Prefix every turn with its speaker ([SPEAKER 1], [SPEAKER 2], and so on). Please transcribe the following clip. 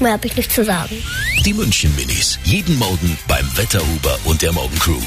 [SPEAKER 1] Mehr habe ich nicht zu sagen.
[SPEAKER 2] Die München Minis. Jeden Morgen beim Wetterhuber und der Morgencrew.